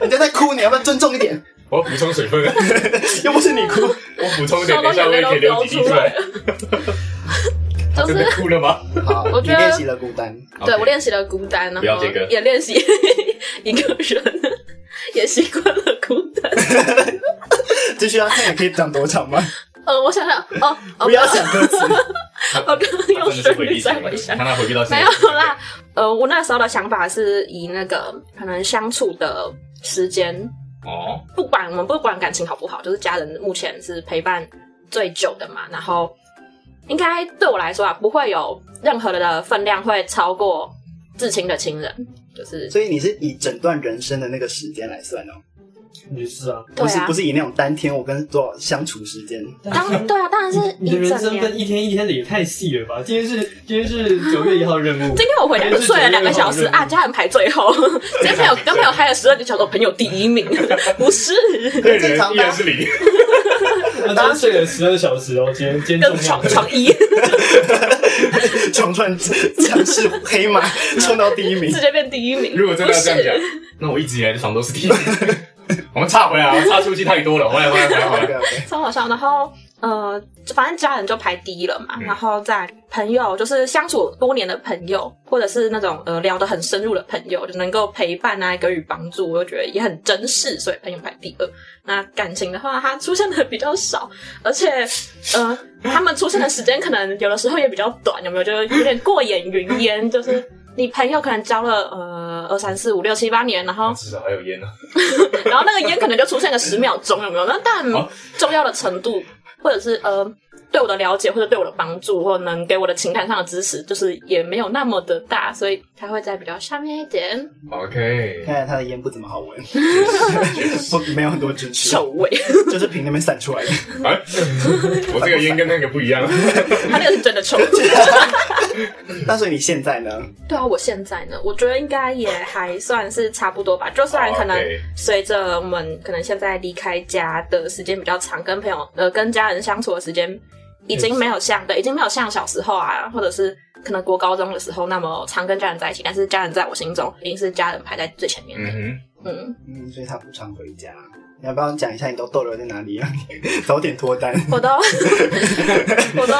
C: 人家在哭，你要不要尊重一点？
A: 我要补充水分， 我
C: 又不是你哭，
A: 补充一点，等一下我也可以流几滴出来。
B: 就
A: 真
B: 是
A: 的哭了 吗？
C: 好，
B: 我
C: 你
B: 觉得
C: 练习了孤单，
B: 对我练习了孤单，
A: 不要
B: 然后
A: 这个
B: 也练习一个人，也习惯了孤单。
C: 这需要啊看你可以讲多长 吗？
B: 呃，我想想，哦，哦
C: 不要想歌词，
A: 他
B: 我哦刚刚用旋律再回想
A: 看。他回避到现
B: 没
A: 在
B: 有啦，呃，我那时候的想法是以那个可能相处的时间，
A: 哦，
B: 不管我们不管感情好不好，就是家人目前是陪伴最久的嘛，然后应该对我来说啊，不会有任何的分量会超过至亲的亲人，就是
C: 所以你是以整段人生的那个时间来算哦，
D: 也是啊，
B: 对
C: 不是
B: 啊
C: 不，是以那种当天我跟多少相处时 间，
B: 当对啊，当然是
D: 你的
B: 一
D: 人
B: 整
D: 生
B: 年。
D: 分一天一天的也太细了吧？今天是今天是九月一号任务，
B: 今天我回家就睡了两个小时啊，家人排最后，跟朋友跟朋友嗨了十二个小时，我朋友第一名，不是
A: 对
C: 正
A: 人
C: 常吧
A: 依然是零，
D: 我今天睡了十二小时哦，今天今天
B: 跟
D: 重要
B: 床。床一
C: 闯串强势黑 马冲到第一 名
B: 直，接变第一名。
A: 如果真的要这样
B: 不是
A: 讲， 那我一直以来的床都是第一名。 我们岔回来啊，岔出去太多了，回来回来回来 回来。
B: 超好笑。然后呃，反正家人就排第一了嘛，
A: 嗯
B: 然后再朋友，就是相处多年的朋友，或者是那种呃聊得很深入的朋友，就能够陪伴啊，给予帮助，我就觉得也很珍视，所以朋友排第二。那感情的话，它出现的比较少，而且呃，他们出现的时间可能有的时候也比较短，有没有？就是有点过眼云烟，就是。你朋友可能交了呃二三四五六七八年，然后
A: 至少还有烟呢、啊，
B: 然后那个烟可能就出现个十秒钟，有没有？那但
A: 哦
B: 重要的程度，或者是呃对我的了解，或者对我的帮助，或能给我的情感上的支持，就是也没有那么的大，所以它会在比较下面一点
A: OK，
C: 看来他的烟不怎么好 闻，不没有很多支持，
B: 臭味。
C: 就是凭那边散出来的。
A: 哎， 我这个烟跟那个不一样。
B: 它那个是真的臭。
C: 那所以你现在呢？
B: 对啊，我现在呢，我觉得应该也还算是差不多吧。就虽然可能
A: 哦，OK
B: 随着我们可能现在离开家的时间比较长，跟朋友呃跟家人相处的时间已经没有像对，已经没有像小时候啊，或者是可能国高中的时候那么常跟家人在一起。但是家人在我心中一定是家人排在最前面的。
A: 嗯
B: 嗯，
C: 嗯，所以他不常回家。你要不要讲一下你都逗留在哪里，让你 早点 脱单？
B: 我都我都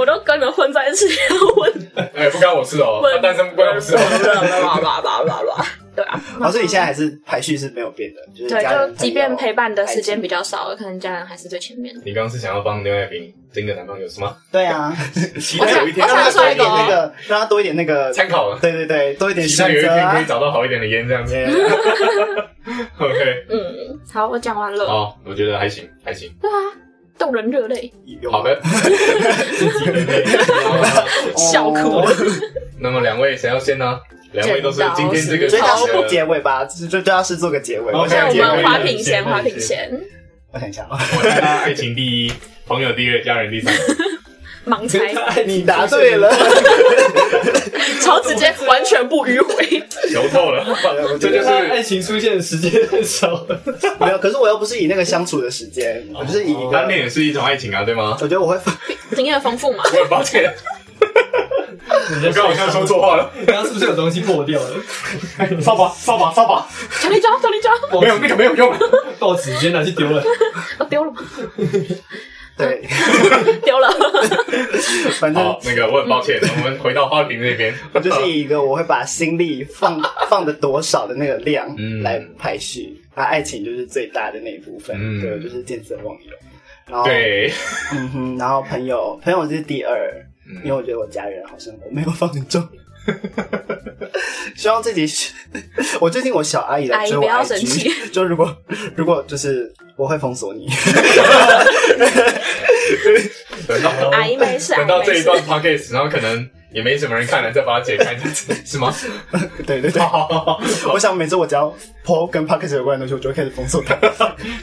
B: 我都跟你们混在一起，混
A: 哼，哎，不干我事哦，
B: 混
A: 单身不干 我事哦。
B: 啦啦啦啦啦，对啊。
C: 哦，所以你现在还是排序是没有变的，就是
B: 对，啊
C: 家人
B: 就即便陪伴的时间
C: 比
B: 比较少了，可能家人还是最前面的。
A: 你刚刚是想要帮刘爱萍这个男朋友是吗？
C: 对啊，
A: 期
B: 我
A: 待
B: 想
A: 有一天
B: 我
C: 让
B: 想
C: 他
A: 他可
B: 说
C: 多一
A: 以
C: 点
B: 个
C: 那个， 让他多一点那个，
A: 参考了，
C: 对对对，多一点
A: 期
C: 选
A: 待有一
C: 择
A: 天可以
C: 啊。
A: 找到好一点的烟这样子。
C: Yeah
A: OK，
B: 嗯，好，我讲完了。
A: 好，我觉得还行，还行。
B: 对啊，动人热泪，
C: 有
A: 好的，自己人类。
B: 笑哭。
A: 那么两位谁要先呢？两位都是今天这个
C: 所以他
A: 好
C: 是不结尾吧，就就对他是做个结尾。
A: 好
C: 我
B: 像
C: 想
B: 我
A: 结尾
B: 们
A: 花
B: 华
A: 瓶
B: 品贤，
A: 花
B: 华
A: 瓶
B: 品贤，
C: 我想一下 啊，
A: 我猜他爱情第一，朋友第二，家人第三。
B: 盲猜，
C: 你答对了，
B: 超直接，完全不迂回。
A: 熟透 了，这就
D: 他爱
A: 是
D: 情出现的时间太少了，
C: 没有。可是我又不是以那个相处的时间，我就是以一个
A: 单，恋也是一种爱情啊，对 吗？
C: 我觉得我 会分
B: 经验丰富嘛，
A: 我很抱歉，
D: 我
A: 我刚好像说错话了。
D: 刚刚是不是有东西破掉了？
A: 扫把，扫把，扫把，
B: 小丽装，小丽装，
A: 没有那个没有 用。
D: 报纸直接拿去丢了。
B: 我啊丢了吗，
C: 对，
B: 丢了。
A: 哦
C: 反正
A: 好，那个我很抱歉，我们回到花瓶那边。呃
C: 我就是以一个我会把心力放放的多少的那个量
A: 嗯
C: 来排序，那爱情就是最大的那一部分，
A: 嗯
C: 对，我就是见色忘友。然后，
A: 对，
C: 嗯哼，然后朋友，朋友是第二，
A: 嗯
C: 因为我觉得我家人好像我没有放很重。 希望自己 是，我最近我小阿姨来追我
B: 阿姨不要
C: IG
B: 生气。
C: 就如果如果就是我会封 锁你，
A: 等到
B: 阿姨没事，阿姨
A: 等到这
B: 没
A: 一
B: 事。
A: 段 podcast，然后可能也没什么人看了，再把它解开，是 吗？
C: 对对对，
A: 好，
C: 我想每次我只要 PO 跟 p o c k e t 有关的东西，我就会开始封锁他。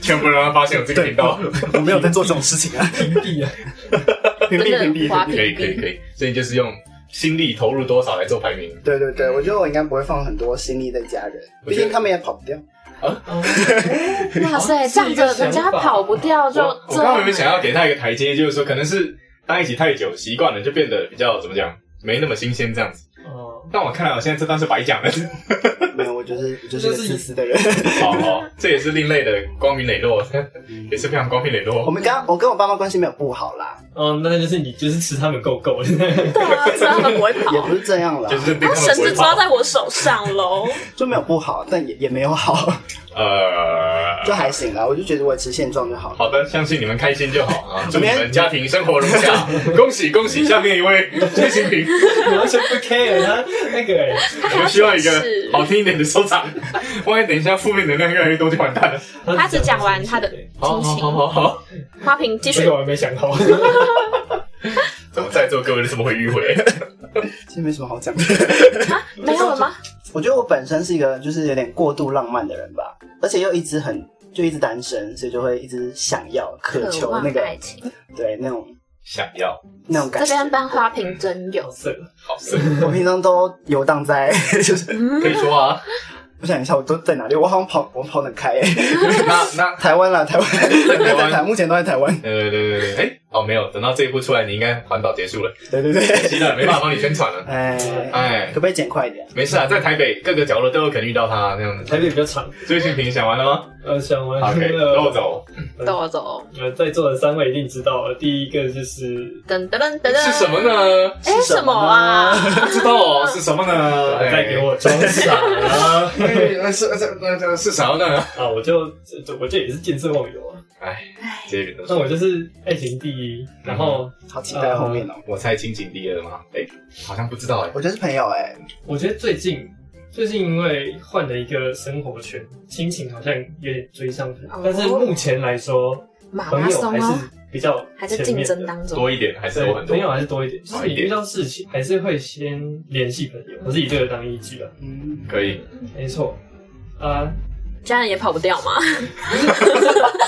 A: 全部让他发现有这个频道。
C: 我没有在做这种事情啊，
D: 屏蔽啊！
C: 屏蔽屏
B: 真
C: 蔽
B: 的花
C: 屏蔽。
A: 可以，可以，可以。所以就是用心力投入多少来做排名。
C: 对对对，我觉得我应该不会放很多心力在家人，
A: 我
C: 毕
A: 觉得
C: 竟他们也跑不掉。
B: 哇塞，这样子人家跑不掉就
A: 我我
B: 这
A: 刚刚有
B: 样
A: 没有。想要给他一个台阶，就是说可能是待一起太久习惯了，就变得比较怎么讲，没那么新鲜这样子。
D: 哦，
A: 但我看来我现在这段是白讲的。
C: 没有，我就是我就是个
D: 就是
C: 自私的人。
A: 好好， 这也是另类的光明磊 落，也是非常光明磊
C: 我
A: 落。
C: 们刚我跟我爸妈关系没有不好啦，
D: 哦，那就是你就是吃他们够够了。
B: 对啊，知道他 们不会
C: 也
B: 跑
C: 不，是这样啦，
A: 就是被
B: 那
A: 他
B: 绳
A: 们
B: 子
A: 鬼
B: 抓
A: 跑。
B: 在我手上 喽。
C: 就没有不好，但也也没有好，
A: 呃，
C: 就还行啦。我就觉得维持现状就好了。
A: 好的，相信你们开心就好啊！祝
C: 怎
A: 你
C: 么样
A: 们家庭生活融 洽，恭喜恭喜！下面一位谢新平，
D: 你完全不 care 他那个哎、
A: 我们需要一个
B: 是
A: 好听一点的收场，万一等一下负面能量越来越多就完蛋了。
B: 他只讲完他的
D: 这
A: 好好好好好，
B: 花瓶继续
D: 个我还没想好。
A: 怎么在座各位都这么会迂 回？
C: 其实没什么好讲的。
B: 啊，没有了吗？
C: 我觉得我本身是一个就是有点过度浪漫的人吧，而且又一直很就一直单身，所以就会一直想要渴
B: 渴
C: 求
B: 望
C: 那个
B: 爱情，
C: 对那种
A: 想要
C: 那种感
B: 这
C: 觉。
B: 边班花瓶真有
D: 角。色
A: 好色，
C: 我平常都游荡在， 就是
B: 嗯
A: 可以说啊。
C: 我想一下，我都在哪里？我好像跑，我跑得很开、欸。
A: 那那
C: 台 湾啦，台湾，
A: 湾
C: 在台，目前都在台湾。
A: 对对对对对，哎，哦没有，等到这一步出来，你应该环岛结束 了，
C: 对对对，
A: 期待没办法帮你宣传了。
C: 哎，
A: 哎
C: 可，不可以剪快一点？
A: 没事啊，在台北各个角落都有可能遇到他这样子。
D: 台北比较长。
A: 最近评想完了吗
D: 呃，想
C: 啊
D: 完
A: ？OK，
D: 了，
A: 都走。
B: 豆走，
D: 呃，在座的三位一定知道了，第一个就是
B: 噔噔噔噔噔，
A: 是什么？呢？
B: 哎，
C: 是
B: 什
C: 什
B: 么
C: 么
B: 啊
C: 呢？
A: 不知道哦是什么呢？
D: 再呃给我装傻啊！
A: 哎。哎，是是那这是啥呢？
D: 啊，我就这我这也是见色忘友啊。
A: 哎，这个都
D: 那
A: 是
D: 我就是爱情第一，然
A: 嗯
D: 后
C: 好期待后面哦。
A: 我猜亲情第二吗？哎，好像不知道哎。
C: 我觉得是朋友哎，
D: 我觉得最近最近因为换了一个生活圈，亲情好像有点追上分
B: 哦，
D: 但是目前来说，
B: 马
D: 朋
B: 拉
D: 友
B: 松
D: 还
B: 哦
D: 是，比较
B: 还在
D: 前
B: 竞
D: 面
B: 争
D: 的
B: 当中。
A: 多一点还是
D: 对啊
A: 有，很多
D: 朋友还是多一点，就是
A: 少一
D: 你
A: 点
D: 遇到事情还是会先联系朋友，我是以这个当依据的，啊
C: 嗯，
A: 可以。
D: 没错。啊，
B: 家人也跑不掉 嘛。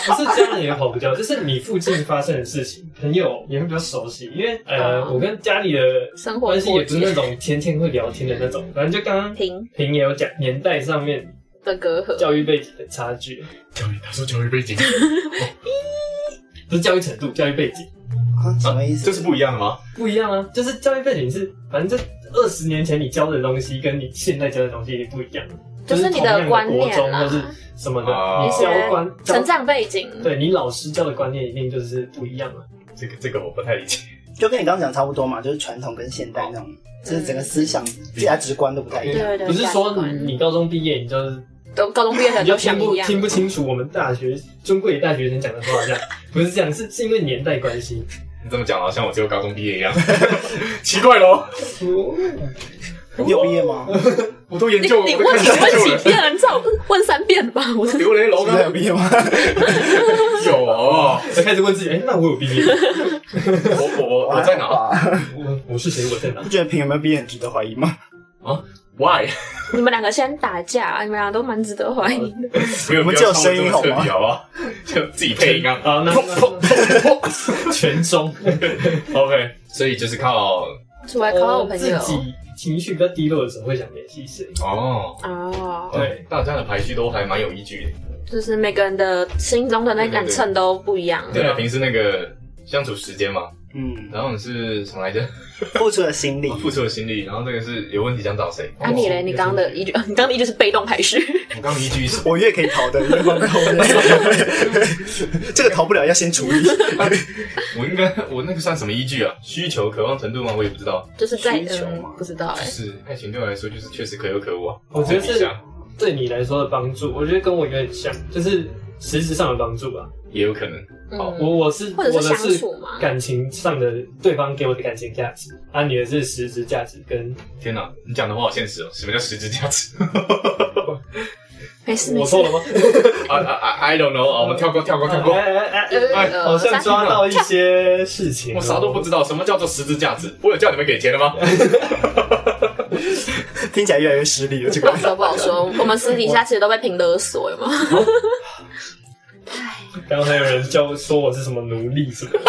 D: 不是家人也跑不掉，就是你附近发生的事情，朋友也会比较熟悉，因为呃，
B: 啊
D: 我跟家里的
B: 生活
D: 关系也不是那
B: 脱节
D: 种天天会聊天的那种，反正就刚刚
B: 嗯平
D: 平也有讲年代上面
B: 的隔阂，
D: 教育背景的差距，
A: 教育，他说教育背景，
D: 不是教育程度，教育背景
C: 啊，什么意思？
A: 这是不一样的吗？
D: 不一样啊。就是教育背景是，反正这二十年前你教的东西跟你现在教的东西也不一样，
B: 就是你
D: 同样
B: 的
D: 的
B: 观
D: 国
B: 念啊
D: 中
B: 啦
D: 或，是什么的，
A: 哦
D: 你教观教
B: 成长背景。
D: 对你老师教的观念一定就是不一样了。
A: 这个这个我不太理解。
C: 就跟你刚刚讲差不多嘛，就是传统跟现代那种，就是整个思想、价值观都不太一样。
B: 对对，
D: 不是说
B: 价值观
D: 你你高中毕业你就是
B: 都高中毕业的
D: 你
B: 都
D: 就听
B: 想
D: 不
B: 一样，
D: 听不清楚我们大学中国大学生讲的话这样，不是这样，是是因为年代关系。
A: 你这么讲好像我只有高中毕业一样， 奇怪咯，
B: 哦
C: 你有毕业吗？
A: 我都研
B: 你
A: 究，
B: 你
A: 我都
B: 问
A: 看
B: 题
A: 研究
B: 问
A: 了
B: 几遍了？你至少问三遍 了吧？我真的
A: 刘雷龙
C: 你有
A: 啊，
C: 毕业吗？
A: 有哦，
D: 才开始问自己，哎、那我有毕业？
A: 我我我我在哪
D: 我我是谁？我在哪
C: 不？觉得平有没有毕业很值得怀疑吗？
A: ？Why？
B: 你们两个先打架，你们俩都蛮值得怀疑的。
A: 没有
C: 我们
A: 必要
C: 只有声音
A: 敲我这么彻底好
C: 好吗
A: 不好？就自己配音啊。
D: 好，那 全中，
A: OK，所以就是靠
B: 除了考我朋
D: 哦自
B: 友
D: 己情绪比较低落的时候会想联系谁？
A: 哦，
B: 哦，
D: 对，
A: 大家的排序都还蛮有依据的。
B: 就是每个人的心中的那杆秤都不一样。
A: 对啊，
D: 对
A: 平时那个相处时间嘛，
C: 嗯，
A: 然后你是什么来着？
C: 付出了心力，
A: 付出的心力，然后这个是有问题想找谁？哦
B: 啊，你
D: 哦
B: 嘞？你刚刚的依据， 你刚刚的依据是被动排序，
A: 我刚刚依据是，
C: 我越可以逃的，越放在后 面。这个逃不了，要先处理。
A: 我应该 我那个算什么依据啊？需求、渴望程度吗？我也不知道。
B: 就是在
C: 需求嘛
B: 嗯，不知道
A: 就
B: 哎，
A: 是爱情对我来说，就是确实可有可无啊。
D: 我觉得是
A: 自己想
D: 对你来说的帮助，我觉得跟我有点像，就是实质上的帮助吧。
A: 也有可能，好
D: 我
B: 嗯，
D: 我是
B: 或
D: 我
B: 者
D: 的
B: 是相
D: 是
B: 处嘛。
D: 感情上的对方给我的感情价值，啊，你的是实质价值跟
A: 天哪，你讲的话好现实哦。什么叫实质价值？
B: 没事没
D: 我
B: 事
D: 错，了吗？
A: 啊啊啊！I don't know，啊我们跳过，跳过，跳过。
D: 哎哎哎哎
A: 哎
B: 呃
D: 好像抓到一些事情，
A: 我啥都不知道，什么叫做实质价值？我有叫你们给钱的吗？
C: 听起来越来越失礼了，这个
B: 不好说不好说，我们私底下其实都被评勒索，有吗？
D: 然后还有人叫说我是什么奴隶什么的，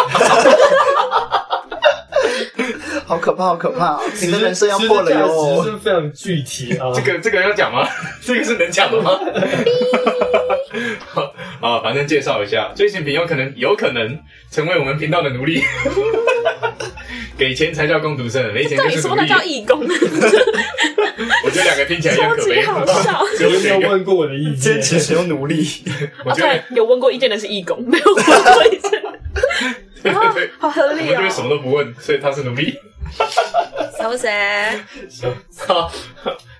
C: 好可怕，好可怕哦！你的人生要破了
D: 实质价值
C: 哟。
D: 是非常具体啊。
A: 这个这个要讲吗？ 这个是能讲的吗？ 好啊，反正介绍一下，追星频有可能有可能成为我们频道的奴 隶，给钱才叫工读生，没钱
B: 到
A: 就
B: 底
A: 是
B: 什
A: 奴
B: 么
A: 隶
B: 叫。叫义工？
A: 我觉得两个听起来一样
B: 超
A: 可
B: 级
A: 悲。
B: 好 笑。
A: 只
D: 有
A: 有
D: 没
A: 选一
D: 有
A: 个，
D: 问过我的意见
C: 坚？持 使用努力，
A: 我
B: 啊，
A: 觉得
B: 对，有问过意见的是义工，没有问过意 见。
A: 对对对，
B: 好合
A: 我
B: 理
A: 觉得什
B: 哦。
A: 么都不问，所以他是奴隶。
B: 什么谁？
A: 好，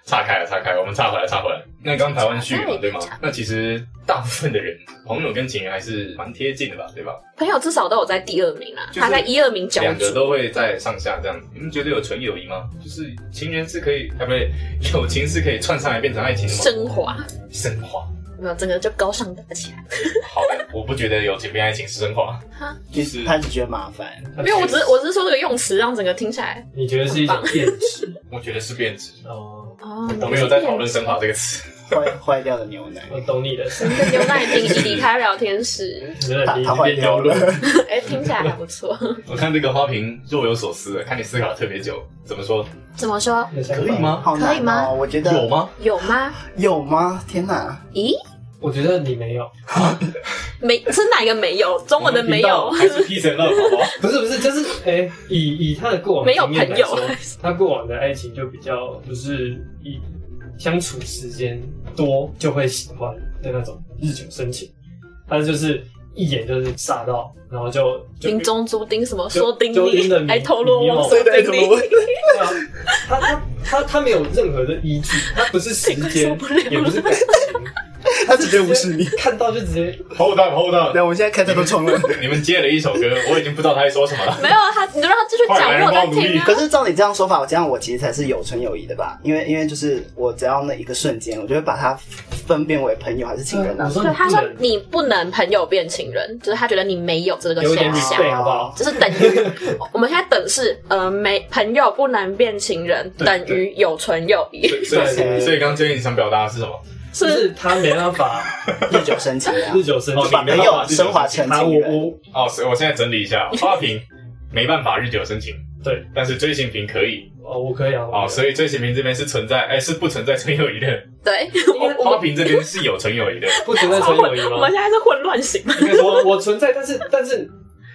A: 岔开了，岔开了，我们岔回来，岔回来。那刚台湾序嘛，对吗？那其实大部分的人，朋友跟情人还是蛮贴近的吧，对吧？
B: 朋友至少都有在第二名啦，
A: 就是
B: 他在一二名角
A: 两个
B: 逐。
A: 都会在上下这样子。你们觉得有纯友谊吗？就是情人是可以，啊，不对，友情是可以串上来变成爱情的吗？
B: 升华，
A: 升华，
B: 没有整个就高尚大起
A: 啊
B: 来。
A: 好的，我不觉得有姐妹爱情是升华，
C: 就是他只觉得麻烦，
B: 没有，我只是我只是说这个用词让整个听起来
D: 你觉得是一种变质
A: 我觉得是变质。
D: 哦。
B: 哦，
A: 我没有在讨论升华这个词，
C: 坏坏掉的牛奶，
D: 我懂你的，
B: 牛奶瓶已离开聊天室，
D: 你的
C: 他
D: 你
C: 他
D: 已
C: 坏
D: 变
C: 掉
D: 掉
C: 了
D: 了。。
B: 哎，听起来还不错。
A: 我看这个花瓶若有所思的，看你思考得特别久，怎么说？
B: 怎么说？
A: 可以吗？
C: 好难、哦、
B: 可以吗
C: 我觉得
A: 有？吗？
B: 有吗？
C: 有吗？天哪！
B: 咦，
D: 我觉得你没有，
B: 没是哪一个没有？中文的没
A: 我
B: 有
A: 们频道还是 P 成了，好不好？
D: 不是不是，就是哎、以以他的过往
B: 没有
D: 经验来
B: 朋友
D: 说，他过往的爱情就比较就是以相处时间多就会喜欢的那种日久生情，但是就是一眼就是煞到，然后就就
B: 丁中珠丁什么
D: 就
B: 说丁
D: 就丁的
B: 你，
D: 迷
B: 还头罗网说
C: 对对，
B: 丁
C: 怎
B: 你
C: 么，问？
D: 对啊，他他他他没有任何的依据，他不是时
B: 受
D: 间
B: 不了，
D: 也不是感情，
C: 他只觉得无视你。
D: 看到就直接
A: Hold on，Hold on，
C: 对，我现在开车都冲了。
A: 你们接了一首歌，我已经不知道他在说什么了。
B: 没有啊他，你就让他继续讲，我有在听啊
C: 可。是照你这样说法，我这样我其实才是有纯友谊的吧？因为因为就是我只要那一个瞬间，我就会把它分辨为朋友还是情人
D: 我
C: 啊。
D: 说
B: 对，
D: 你
B: 他
D: 不
B: 说
D: 能
B: 你不能朋友变情人，就是他觉得你没有这个
D: 有一点
B: 现象
D: respect 好不好？
B: 就是等于我们现在等是呃没朋友不能变情人，
D: 对
B: 等于有纯友谊，
A: 所以所以
C: 对
A: 所以刚 J 你想表达的是什么？
B: 是
D: 就
B: 不是
D: 是他没办法
C: 日久生情啊
D: 日，久生
A: 哦
D: 情
C: 把
A: 你
C: 朋
A: 没办法
C: 友升华成
D: 啊，
C: 情
D: 我
C: 人。
D: 我
A: 哦，所以我现在整理一下，花瓶没办法日久生情，
D: 嗯对，
A: 但是追星瓶可以
D: 哦我可以啊，
A: 哦，
D: 以
A: 所以追星瓶这边是存在，哎，是不存在纯友谊的，
B: 对？
A: 花瓶这边是有纯友谊的。
D: 不存在纯友谊
B: 我
D: 吗
B: 们？现在是混乱 型，
D: 应该说我我存在，但是但是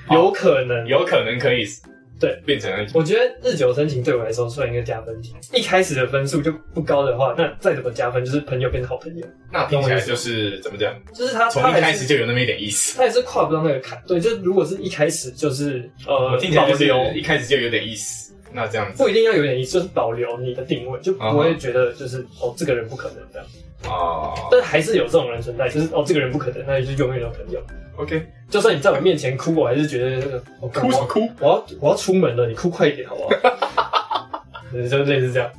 D: 有可能
A: 有可能可以
D: 对
A: 变成
D: 我觉得日久生情对我来说算一个加分题。一开始的分数就不高的话，那再怎么加分就是朋友变成好朋友，
A: 那听起来就是怎么讲，
D: 就是他
A: 从
D: 他
A: 一
D: 还
A: 开
D: 是
A: 始就有那么一点意思。
D: 他也是跨不到那个坎。对，就如果是一开始就是呃
A: 我听起来就是
D: 保
A: 有
D: 留
A: 一开始就有点意思。那这样子
D: 不一定要有点意思，就是保留你的定位，就不
A: 啊
D: 会觉得就是、哦这个人不可能这样。
A: 哦
D: 但还是有这种人存在，就是哦这个人不可能，那你就永远有朋友。
A: ，OK，
D: 就算你在我面前哭，我还是觉得这个我
A: 哭什么哭？
D: 我要我要出门了，你哭快一点好不好？ 对就类似这样，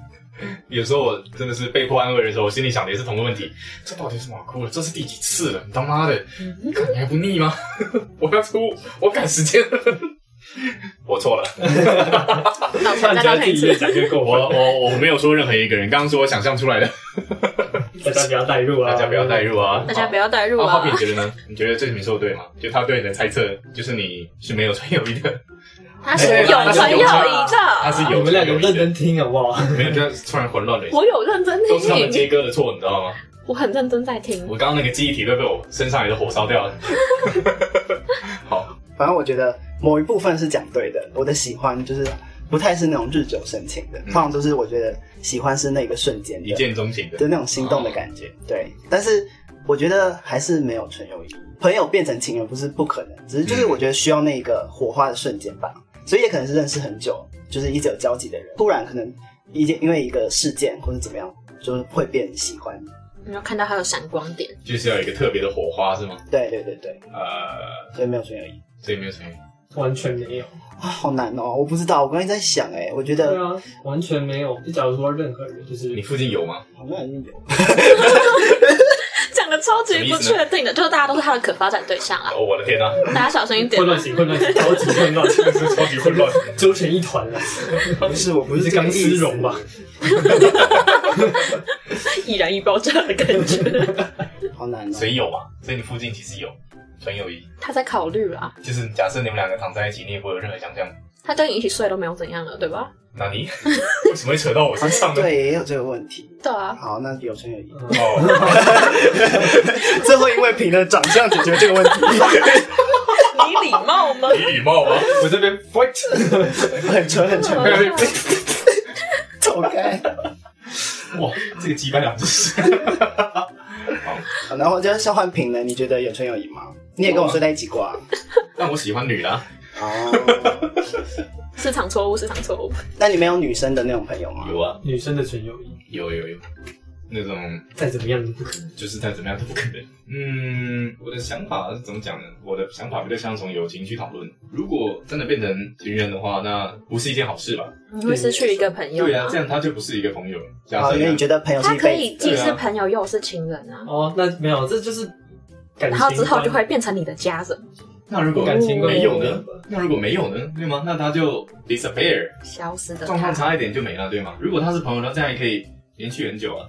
A: 有时候我真的是被迫安慰的时候，我心里想的也是同个问题：这到底有什么好哭的？这是第几次了？你他妈的，
B: 嗯
A: 你看你还不腻吗？ 我要出，我赶时间了。 我错了，
B: 那
D: 突
B: 再
D: 然
B: 再
D: 家
B: 看
D: 自
B: 一
D: 己
B: 次
D: 越。讲越过
A: 我
D: 分，
A: 我我没有说任何一个人，刚刚说我想象出来的，
D: 大家不要带入 啊，
A: 大家不要带入啊，
B: 大家不要代入
A: 啊，花
B: 啊
A: 瓶！你觉得呢？你觉得这里面说的对吗？就他对你的猜测，就是你是没有 纯友谊的，
B: 他是有纯友谊
A: 他是
B: 的，
A: 有
D: 你们两个
A: 纯友谊
D: 认
A: 的
D: 真听好不好？
A: 没有，就是突然混乱了一下，
B: 我有认真
A: 都是他们
B: 听，
A: 接歌的错，你知道吗？
B: 我很认真在听。
A: 我刚刚那个记忆体都被我身上来的火烧掉了。好，
C: 反正我觉得某一部分是讲对的，我的喜欢就是不太是那种日久生情的，
A: 嗯
C: 通常都是我觉得喜欢是那个瞬间
A: 一
C: 的，
A: 见钟情的。
C: 的那种心动的感觉。对，但是我觉得还是没有纯友谊，朋友变成情人不是不可能，只是就是
A: 嗯
C: 我觉得需要那个火花的瞬间吧。所以也可能是认识很久，就是一直有交集的人，突然可能一件因为一个事件或者怎么样，就是会变喜欢。
B: 然后看到他有闪光点，
A: 就是要有一个特别的火花，是吗？
C: 对对对对，
A: 呃，
C: 所以没有纯友谊
A: 所以没有成语。
D: 完全没有，
C: 啊，好难哦！我不知道，我刚才在想哎、我觉
D: 对
C: 得
D: 啊，完全没有。就假如说任何人，就是
A: 你附近有吗？
C: 好像已经有
B: 讲的超级不确定的，就是大家都是他的可发展对 象啊！
A: 哦，我的天哪、 啊，
B: 大家小声一点
D: 混。乱型、混乱型、超级混乱型，
A: 超级混乱。
D: 纠成一团啊了。
C: 不是，我不是
D: 你是
C: 这个
D: 钢丝
C: 意思
D: 绒吧？
B: 易燃易爆炸的感觉。
C: 好难哦
A: 所。以有嘛？所以你附近其实有纯友谊，
B: 他在考虑啊，
A: 就是假设你们两个躺在一起，你也不会有任何想象。
B: 他跟你一起睡都没有怎样了，对吧？
A: 那 你为什么会扯到我身上呢？
C: 对，也有这个问题。
B: 对啊，
C: 好，那有纯友谊。
D: 嗯
A: 哦，
C: 最后因为凭了长相解决这个问题，
B: 你礼貌 吗？
A: 你礼貌吗？
D: 我这边 fight，
C: 很纯很纯，走开。
A: 哇，这个鸡巴 两只是。
C: 好然后就是肖焕平呢，你觉得有纯友谊吗？你也跟我睡在一起过啊？
A: 但我喜欢女的啊、
C: 哦，
B: 市场错误，市场错误。
C: 那你没有女生的那种朋友吗？
A: 有啊，
D: 女生的纯友谊，
A: 有有有，那种
D: 再怎么样都不可能。
A: 就是再怎么样都不可能。嗯，我的想法是怎么讲呢？我的想法比较像从友情去讨论。如果真的变成情人的话，那不是一件好事吧？
B: 你会失去一个朋友
A: 对啊
B: 吗，
A: 这样他就不是一个朋友了。假
C: 好，
A: 设
C: 哦因为你觉
A: 得
C: 得朋友是
B: 他
C: 一
B: 可
C: 辈
B: 以
C: 子，
B: 既
A: 对
B: 是
A: 啊
B: 朋友又是情人啊，
D: 哦，那没有，这就是感
B: 然
D: 情观。
B: 后之后就会变成你的家人，
A: 那如果
D: 感情观
A: 没有
D: 不一
A: 呢
D: 样吧？
A: 那如果没有呢？对吗？那他就 disappear，
B: 消失的
A: 状况
B: 他，
A: 差一点就没了，对吗？如果他是朋友，那这样也可以延续很久啊。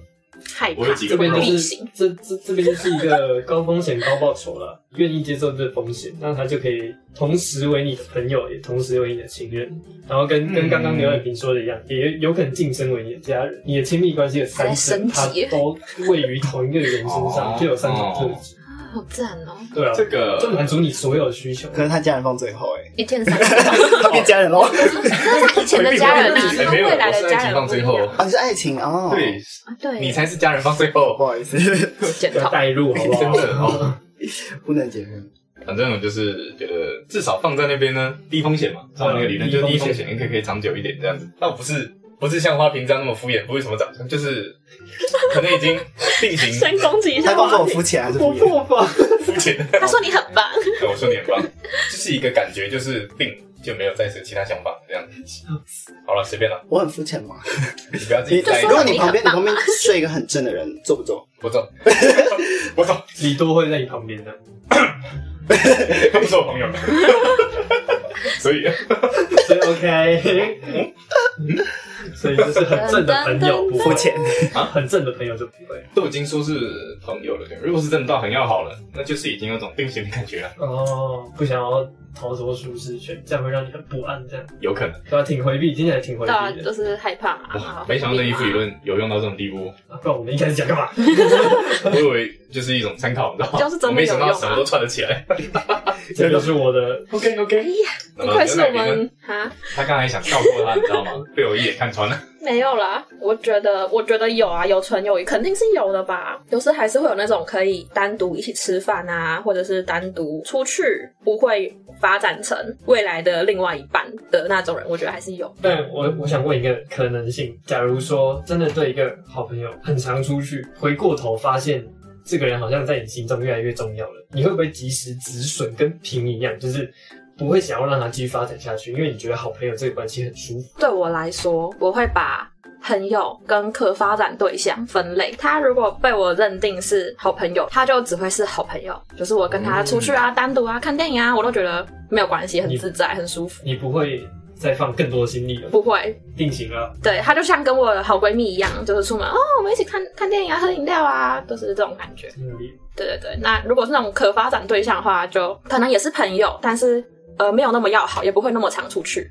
B: 害怕
A: 我有几
D: 这
A: 个
D: 边就
B: 必
D: 是
B: 行。
D: 这这这边就是一个高风险高报酬了， 愿意接受这风险，那他就可以同时为你的朋友，也同时为你的情人，然后跟跟
A: 嗯
D: 刚刚刘远平说的一样，也有可能晋升为你的家人，你的亲密关系的三
B: 还
D: 者，它
B: 升级
D: 都位于同一个人身上，
A: 哦
D: 就有三种特质，
B: 好赞哦！
D: 对啊，
A: 这个
D: 就满足你所有的需求。
C: 可是他家人放最后哎、
B: 一见三分，
C: 欸，他变家人喽。
B: 那是他以前的家人 啊，
A: 哎
B: 跟
A: 没有，
B: 未
A: 我
B: 来
A: 是
B: 的
A: 在
B: 家
A: 情
B: 人
A: 放
B: 不一
A: 最
B: 样
A: 后，
C: 啊，你是爱情哦，
A: 对
B: 啊对，
A: 你才是家人放最后
C: 不。好意思，
B: 检
D: 要
B: 讨。
D: 带入好不
A: 真
D: 好？
A: 的哦。
C: 不能结婚。
A: 反正我就是觉得，至少放在那边呢，低风险嘛，照那个理论，
D: 嗯
A: 就是低
D: 低
A: 风
D: 风
A: 险，
D: 险
A: 应该可以长久一点这样子。倒不是不是像花瓶这样那么敷衍，不是什么长相，就是可能已经定 型
B: 先攻击一
C: 他
B: 下
C: 告诉我
B: 我，
C: 肤浅还是敷衍？
D: 防，
A: 肤浅。
B: 他说你很棒，
A: 对我说你很棒，就是一个感觉，就是定就没有再有其他想法这样子。好了，随便了，
C: 我很肤浅吗？
A: 你不要自
C: 你
A: 己
B: 就
A: 在意
C: 如
A: 这个。
B: 说
C: 果
B: 你
C: 你旁边你
B: 很
C: 旁边睡一个很正的人，做不做？
A: 不 中，不中，
D: 李多会 在你旁边的，
A: 他不是我朋友， 所以
D: 所以 OK，所以就是很正的朋友不
C: 肤
D: 会。
C: 浅。
D: 啊，很正的朋友就不会。
A: 都已经说是朋友了，对吧如果是真的到很要好了，那就是已经有种定型的感觉了，
D: 哦，不想要逃脱舒适圈，这样会让你很不安，这样
A: 有可能。
D: 对吧、挺回避，听起来挺回
B: 对啊，
D: 避的。
B: 就是害怕啊。然
A: 哇
B: 后，
A: 没想到那一副理论有用到这种地步，
D: 啊不然我们一开始讲 干嘛？
A: 我以为就是一种参考，你知道吗？
B: 就是真的
A: 我没想
B: 有
A: 到
B: 用啊
A: 什么都串得起 来。
D: 这就是我的
A: OK
B: 哎
A: OK，
B: 呀，不愧是我们啊，
A: 他刚才想跳过他，你知道吗？被我一眼看穿了。
B: 没有啦。我觉得，我觉得有啊，有纯友谊肯定是有的吧。有时还是会有那种可以单独一起吃饭啊，或者是单独出去，不会发展成未来的另外一半的那种人，我觉得还是有。
D: 但我我想问一个可能性：假如说真的对一个好朋友很常出去，回过头发现这个人好像在你心中越来越重要了，你会不会及时止损，跟平一样，就是不会想要让他继续发展下去，因为你觉得好朋友这个关系很舒服？
B: 对我来说，我会把朋友跟可发展对象分类。他如果被我认定是好朋友，他就只会是好朋友，就是我跟他出去啊、单独啊、看电影啊，我都觉得没有关系，很自在、很舒服。
D: 你不会再放更多的心力了，啊
B: 不会，
D: 定型了。
B: 对她就像跟我的好闺蜜一样，就是出门哦，我们一起看看电影啊、喝饮料啊，都是这种感觉。
D: 定力
B: 对对对，那如果是那种可发展对象的话，就可能也是朋友，但是呃没有那么要好，也不会那么常出去。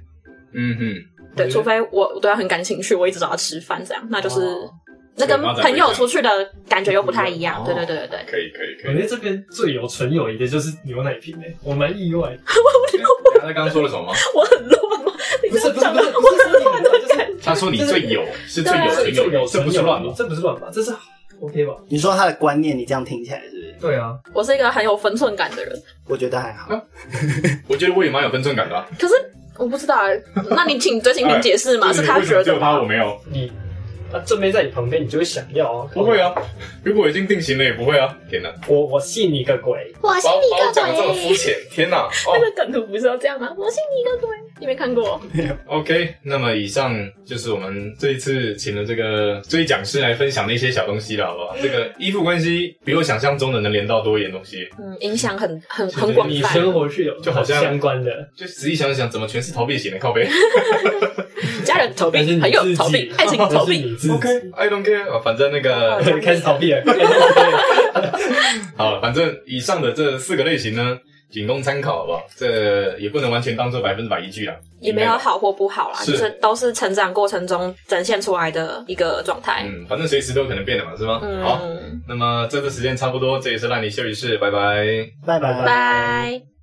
A: 嗯哼，
B: 对，
D: 嗯
B: 除非我我对他很感兴趣，我一直找他吃饭这样，那就是、
D: 哦
B: 那跟
A: 所以发展
B: 朋友
A: 不一样
B: 出去的感觉又不太一
A: 哦
B: 样。对对对对对，
A: 可以可以可
D: 我
A: 以
D: 觉。得这边最有纯友谊的就是牛奶瓶欸诶、我蛮意外。
A: 他刚刚说了什么吗？
B: 我很乱吗？你
D: 不
B: 这
D: 是
B: 样
D: 不是
B: 讲
D: 不
B: 的
D: 是不是说你很乱，就是
A: 他说你最有是最
B: 啊
A: 有
D: 这
A: 很有
D: 有
A: 人，这不是乱吧？
D: 这不是乱吧？这是 OK 吧？
C: 你说他的观念，你这样听起来是不是？
D: 对啊，
B: 我是一个很有分寸感的人，
C: 我觉得还好。
A: 我觉得我也蛮有分寸感的啊。
B: 可是我不知道、欸，那你请追请
A: 哎
B: 你解 释嘛？
A: 就是
B: 他
A: 为什么
B: 觉
A: 只
B: 得
A: 有他
B: 吗
A: 我没有？
D: 你啊正妹在你旁边，你就会想要啊。
A: 不会，啊，如果已经定型了也不会啊。天哪，
D: 我我信你个鬼！
B: 我信
A: 把我
B: 你
A: 把我
B: 个
A: 讲的这么肤
B: 鬼！
A: 浅，天哪！哦
B: 那。个梗图不是要这样吗？我信你个鬼！你没看过？
A: OK，那么以上就是我们这一次请的这个追讲师来分享的一些小东西了，好不
B: 嗯
A: 好？这个依附关系比我想象中的能连到多一点东西，
B: 嗯，影响很很
A: 是
B: 很广
D: 你
B: 泛。
D: 生活是有
A: 就好像
D: 相关的，
A: 就仔细想想，怎么全是逃避型的靠 背
B: 家人逃避
D: 但是，你
B: 朋友
D: 自
B: 逃避
D: 己，哦
B: 爱情逃避
D: 但是。你自己
A: ？OK，I don't care，啊反正那个
B: 哦
D: 开始逃避了，开始逃避了。
A: 好了，反正以上的这四个类型呢，仅供参考，好不好？这也不能完全当做百分之百依据啦，
B: 也没有。好或不好啦，
A: 是
B: 就是都是成长过程中展现出来的一个状态。
A: 嗯，反正随时都有可能变的嘛，是吗？好，
B: 嗯，
A: 那么这次时间差不多，这也是烂泥休息室，拜拜。
C: 拜拜。
B: 拜。